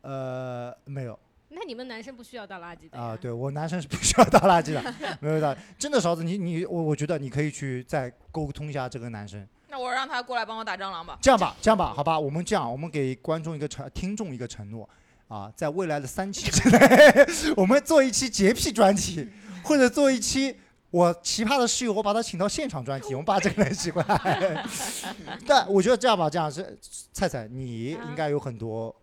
呃，没有那你们男生不需要倒垃圾的呀啊，，对我男生是不需要倒垃圾的，没有的，真的勺子，你你我我觉得你可以去再沟通一下这个男生。那我让他过来帮我打蟑螂吧。这样吧，这样吧，好吧，我们这样，我们给观众一个承，听众一个承诺，啊，在未来的三期之内， 我们做一期洁癖专题，或者做一期我奇葩的室友，我把他请到现场专题，我们把这个人请过来。 但我觉得这样吧，这样是菜菜，你啊应该有很多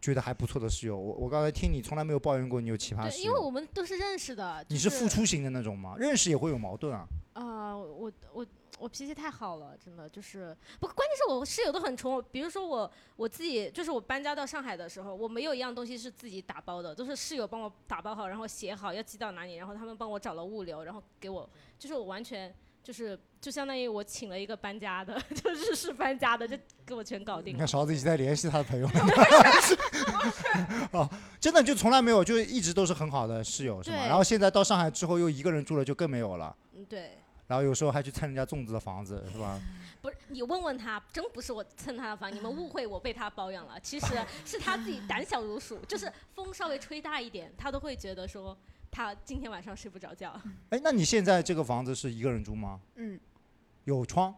觉得还不错的室友。我我刚才听你从来没有抱怨过你有奇葩对，室因为友，我们都是认识的，就你是是付出型的那种吗？认识也会有矛盾啊。啊，我我我脾气太好了，真的就是不，关键是我室友都很宠我。比如说我我自己，就是我搬家到上海的时候，我没有一样东西是自己打包的，都是室友帮我打包好，然后写好要寄到哪里，然后他们帮我找了物流，然后给我，就是我完全就是就相当于我请了一个搬家的， 就日式搬家的，就给我全搞你定了看。勺子一直在联系他的朋 友，哦，真的就从来没有，就一直都是很好的室友，是吗？对然后现在到上海之后又一个人住了，就更没有了。嗯，对，然后有时候还去蹭人家粽子的房子，是吧？不是你问问他，真不是我蹭他的房，你们误会我被他包养了，其实是他自己胆小如鼠，就是风稍微吹大一点，他都会觉得说他今天晚上睡不着 觉。哎，那你现在这个房子是一个人住吗？嗯，有窗，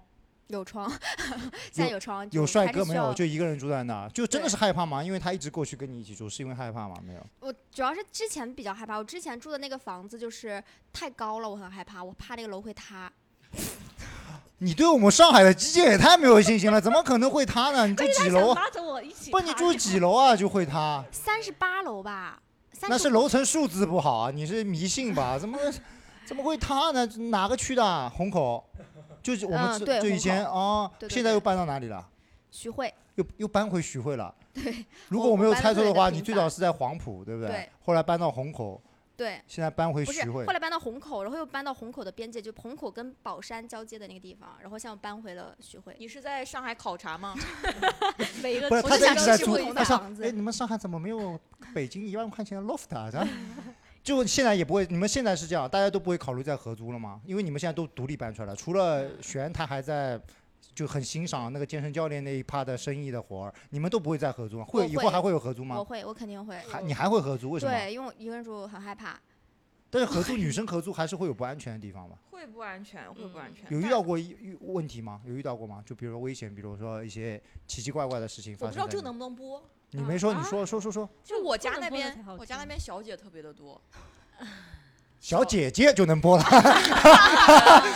有窗， 现在有窗，就有帅嗯还是哥需没有？要就一个人住在那儿，就真的是害怕吗？因为他一直过去跟你一起住，是因为害怕吗？没有。我主要是之前比较害怕，我之前住的那个房子就是太高了，我很害怕，我怕那个楼会塌。你对我们上海的基建也太没有信心了，怎么可能会塌呢？你住几楼想啊？拉着我一起不，爬你住几楼啊就会塌？三十八楼吧，三那是楼层数字不好啊，你是迷信吧？怎么怎么会塌呢？哪个区的啊？虹口，就是我们嗯这、对就以虹前啊，对对现在又对搬到哪里了？徐汇，又又搬回徐汇了。对 如我果我我没有搬猜得错的特别话，频你最繁早是在黄浦，对不对？对后来搬到虹口，对，现在搬回不是，徐汇后。来搬到虹口，然后又搬到虹口的边界，就虹口跟宝山交接的那个地方，然后现在我搬回了徐汇。你是在上海考察吗？每一个不是，我他就在一想直着在是租不同。他的想房，子哎，你们上海怎么没有北京一万块钱的 loft 啊？这样 就现在也不会，你们现在是这样，大家都不会考虑再合租了吗？因为你们现在都独立搬出来了，除了璇，他还在。就很欣赏那个健身教练那一趴的生意的活儿，你们都不会再合租了，会我以后会还会有合租我吗？会，我肯定会。还你还会合租？为什么？对，因为我一个人住很害怕。但是合租女生合租还是会有不安全的地方吧？ 会不安全，会不安全。有遇但到过一遇问题吗？有遇到过吗？就比如说危险，比如说一些奇奇怪怪的事情发我不生在知道你。这个能不能播，你没说，你说说说说，就我家不能那播的边才好，我家那听边小姐特别的多。小姐姐就能播了，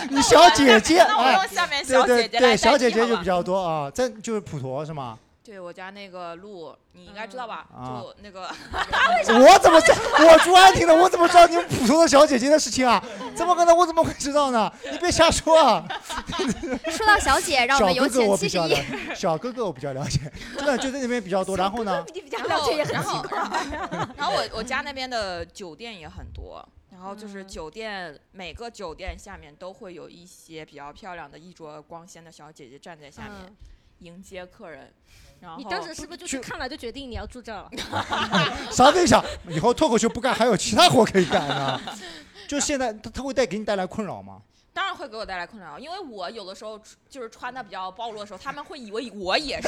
你小姐姐，那我哎，用下 面对小对姐姐对，来代小姐替好姐就吧比较多啊，这就是普陀是吗？对我家那个路，你应该知道吧？啊就那个，我怎么知我住安亭的，我怎么知道你们普陀的小姐姐的事情啊？怎么可能？我怎么会知道呢？你别瞎说啊！说到小姐， 让我小们有哥哥请我七比十较一了。解，小哥哥我比较了解，真的就在那边比较 多。然后呢？你比较 然了后解也 很然后 然后我我家那边的酒店也很多，然后就是嗯酒店每个酒店下面都会有一些比较漂亮的衣着光鲜的小姐姐站在下面、嗯迎接客人。然后你当时是不是就是就看了就决定你要住 这儿了？啥都想，以后脱口秀不干，还有其他活可以干啊。 就现在，他他会带给你带来困扰吗？当然会给我带来困扰，因为我有的时候出就是穿的比较暴露的时候，他们会以为我也 是，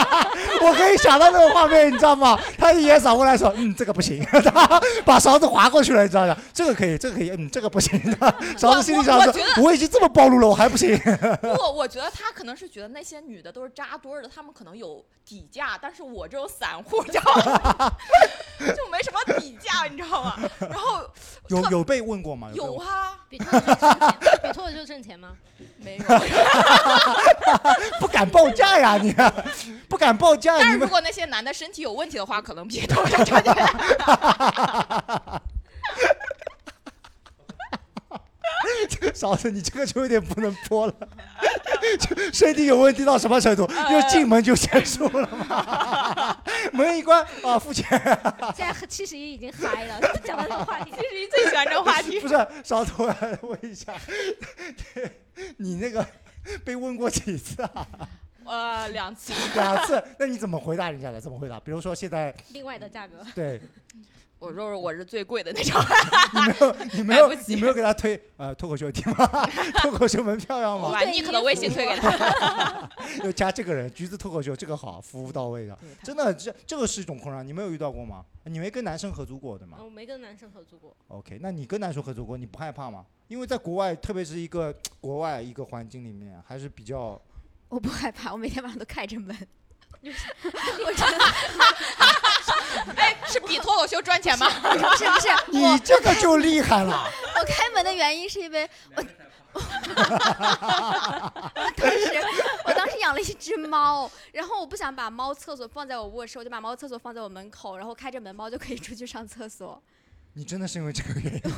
我可以想到那个画面，你知道吗？他一眼扫过来说：“嗯，这个不行。” 他把勺子划过去了，你知道吗？这个可以，这个可以，嗯，这个不行。 勺子心里想我说我觉：“我已经这么暴露了，我还不 行不，我觉得他可能是觉得那些女的都是扎堆儿的，他们可能有底价，但是我这种散户就 就没什么底价，你知道吗？然后？”有有被问过吗？有被问有过 啊，比脱口秀挣钱，比脱口秀挣钱吗？没有。不敢报价呀，你啊 不敢报价呀，但你是如们果那些男的身体有问题的话，可能别投上条件。 勺子，你这个就有点不能播了。 就身体有问题到什么程度？就呃进门就结束了吗？ 门一关啊，付钱。现在七十一已经嗨了， 就讲到这个话题，其实最喜欢这个话题 不。是，稍等，我 问一下，你那个被问过几次啊？呃，两次， 两次，那你怎么回答人家的？怎么回答？比如说现在另外的价 格。 对我肉肉我是最贵的那种，你没有你没有买不起你没有给他推呃脱口秀听 吗？脱口秀门票 要我吗？把你可能微信推给他。要加这个人，橘子脱口秀这个好，服务到位的，真的这这个是一种困扰，你没有遇到过吗？你没跟男生合租过对吗嗯，我没跟男生合租过， ？OK，那你跟男生合租过，你不害怕吗？因为在国外，特别是一个国外一个环境里面，还是比较我不害怕，我每天晚上都开着门。我真的哎，是比脱口秀赚钱吗？不是不是，你我这个就厉害了。 我开门的原因是因为 我当时我当时养了一只猫，然后我不想把猫厕所放在我卧室，我就把猫厕所放在我门口，然后开着门，猫就可以出去上厕所。你真的是因为这个原因？可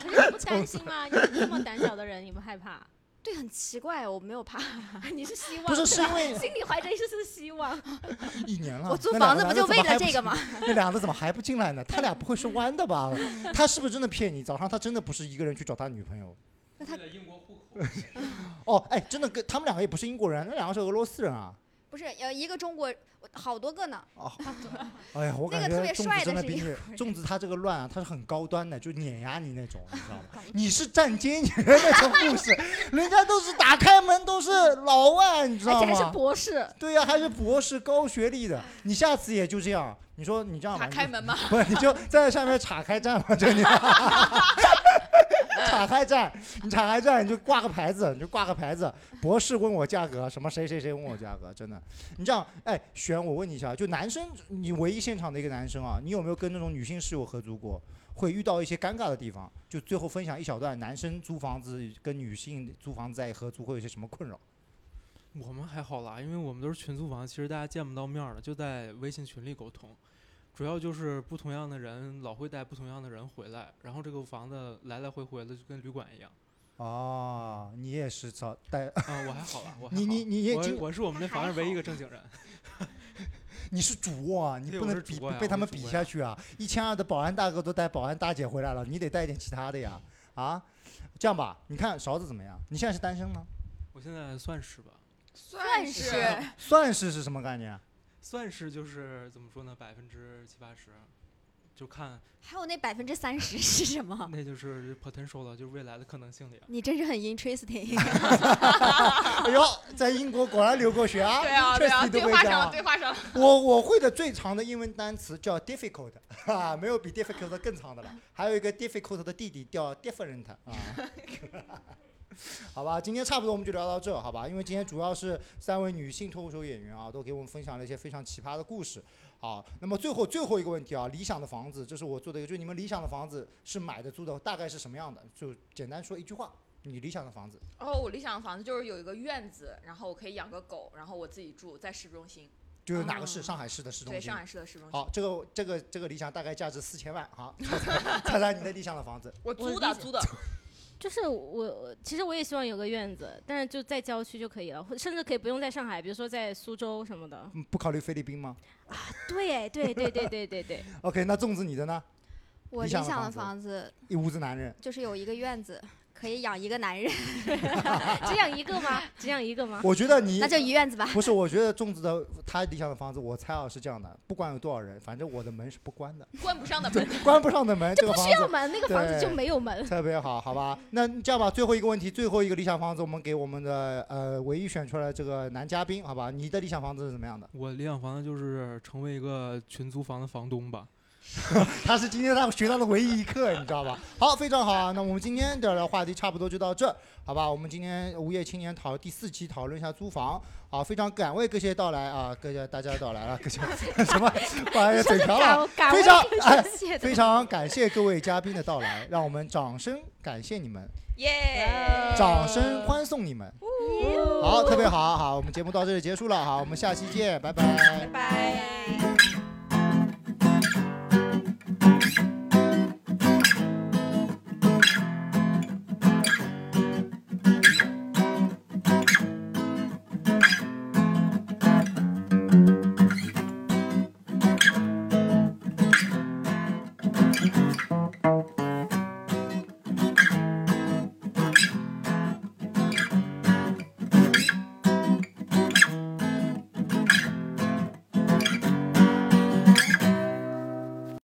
是你不担心吗？你这么胆小的人，你不害怕？ 对，很奇怪，我没有怕。啊你是希望不是是因为心里怀着一丝丝希望。 一年了，我租那房两子个不男的怎就为么了还不这个吗？那两个怎么还不进来呢？他俩不会是弯的吧？他是不是真的骗你？早上他真的不是一个人去找他女朋友？那他为了英国户口， 哦，哎，真的跟他们两个也不是英国人，那两个是俄罗斯人啊。不是，呃，一个中国，我好多个呢。哦，哎呀，我那感个特觉别粽帅子真的是比英你国人粽子他这个乱啊，他是很高端的，就碾压你那种，你知道吗？你是站街女人那种故事，人家都是打开门都是老外，你知而道且还是吗？博士，对呀、还是博士高学历的，你下次也就这样。你说你这样吧，打你开门吗？不，你就在上面岔开站嘛，就你。岔开站，你岔开站，你就挂个牌子，你就挂个牌子。博士问我价格，什么谁谁谁问我价格，真的。你这样，哎，璇，我问你一下，就男生，你唯一现场的一个男生啊，你有没有跟那种女性室友合租过？会遇到一些尴尬的地方？就最后分享一小段，男生租房子跟女性租房子在合租会有些什么困扰？我们还好啦，因为我们都是群租房，其实大家见不到面儿的，就在微信群里沟通。主要就是不同样的人老会带不同样的人回来，然后这个房子来来回回的就跟旅馆一样。哦，你也是操，带啊、我还好啦，我 还你好你你也我经我是我们那房还上唯一一好个正经人。你是主卧啊，你对不我能是主比卧呀被他我们是主比卧下呀去啊！一千二的保安大哥都带保安大姐回来了，你得带一点其他的呀！啊，这样吧，你看勺子怎么样？你现在是单身吗？我现在算是吧， 算是算是是什么概念啊？算是就是怎么说呢，百分之七八十，就啊看还有那百分之三十是什么？ 那就是 potential 了，就是未来的可能性里啊。你真是很 interesting。哎呦，在英国果然留过学啊！ 对啊，对啊，你都对会话讲上了，啊。对话上了。我我会的最长的英文单词叫 difficult，哈、哈，没有比 difficult 更长的了。还有一个 difficult 的弟弟叫 different 啊。 好吧，今天差不多我们就聊到这，好吧？因为今天主要是三位女性脱口秀演员啊，都给我们分享了一些非常奇葩的故事。好，那么最后最后一个问题啊，理想的房子，这是我做的一个，就你们理想的房子是买的、租的，大概是什么样的？就简单说一句话，你理想的房子。然后我理想的房子就是有一个院子，然后我可以养个狗，然后我自己住在市中心，就是哪个市？哦上海市的市中对，心。哦上海市的市中心。好，这个这个这个理想大概价值四千万，好， 猜猜猜猜你的理想的房子，我租理的解租的，就是我我其实我也希望有个院子，但是就在郊区就可以了，或甚至可以不用在上海，比如说在苏州什么的。嗯不考虑菲律宾吗对对对对对对对， ？OK，那粽子你的呢？我理理想想的的房房子一屋子男人，就是有一个院子，可以养一个男人， 只养一个吗？只养一个吗？我觉得你那就一院子吧。不是，我觉得粽子的他理想的房子，我猜啊是这样的，不管有多少人，反正我的门是不关的，关不 上的门。关不上的门，这个不房需要子。门，那个房子就对没有门。特别好，好吧，那这样吧，最后一个问题，最后一个理想房子，我们给我们的呃唯一选出来的这个男嘉宾，好吧，你的理想房子是怎么样的？我理想房子就是成为一个群租房的房东吧。他是今天他学到的唯一一课，你知道吧？ 好，非常好啊。那我们今天的话题差不多就到这，好吧？我们今天无业青年讨第四期讨论一下租房，好，非常感为各些到来啊，各界大家到来了，各界什么，把嘴瓢了。 感非恩常哎感谢的非常感谢各位嘉宾的到来，让我们掌声感谢你们，耶！掌声欢送你们。好，特别好，好，我们节目到这里结束了，好，我们下期见，拜拜拜拜。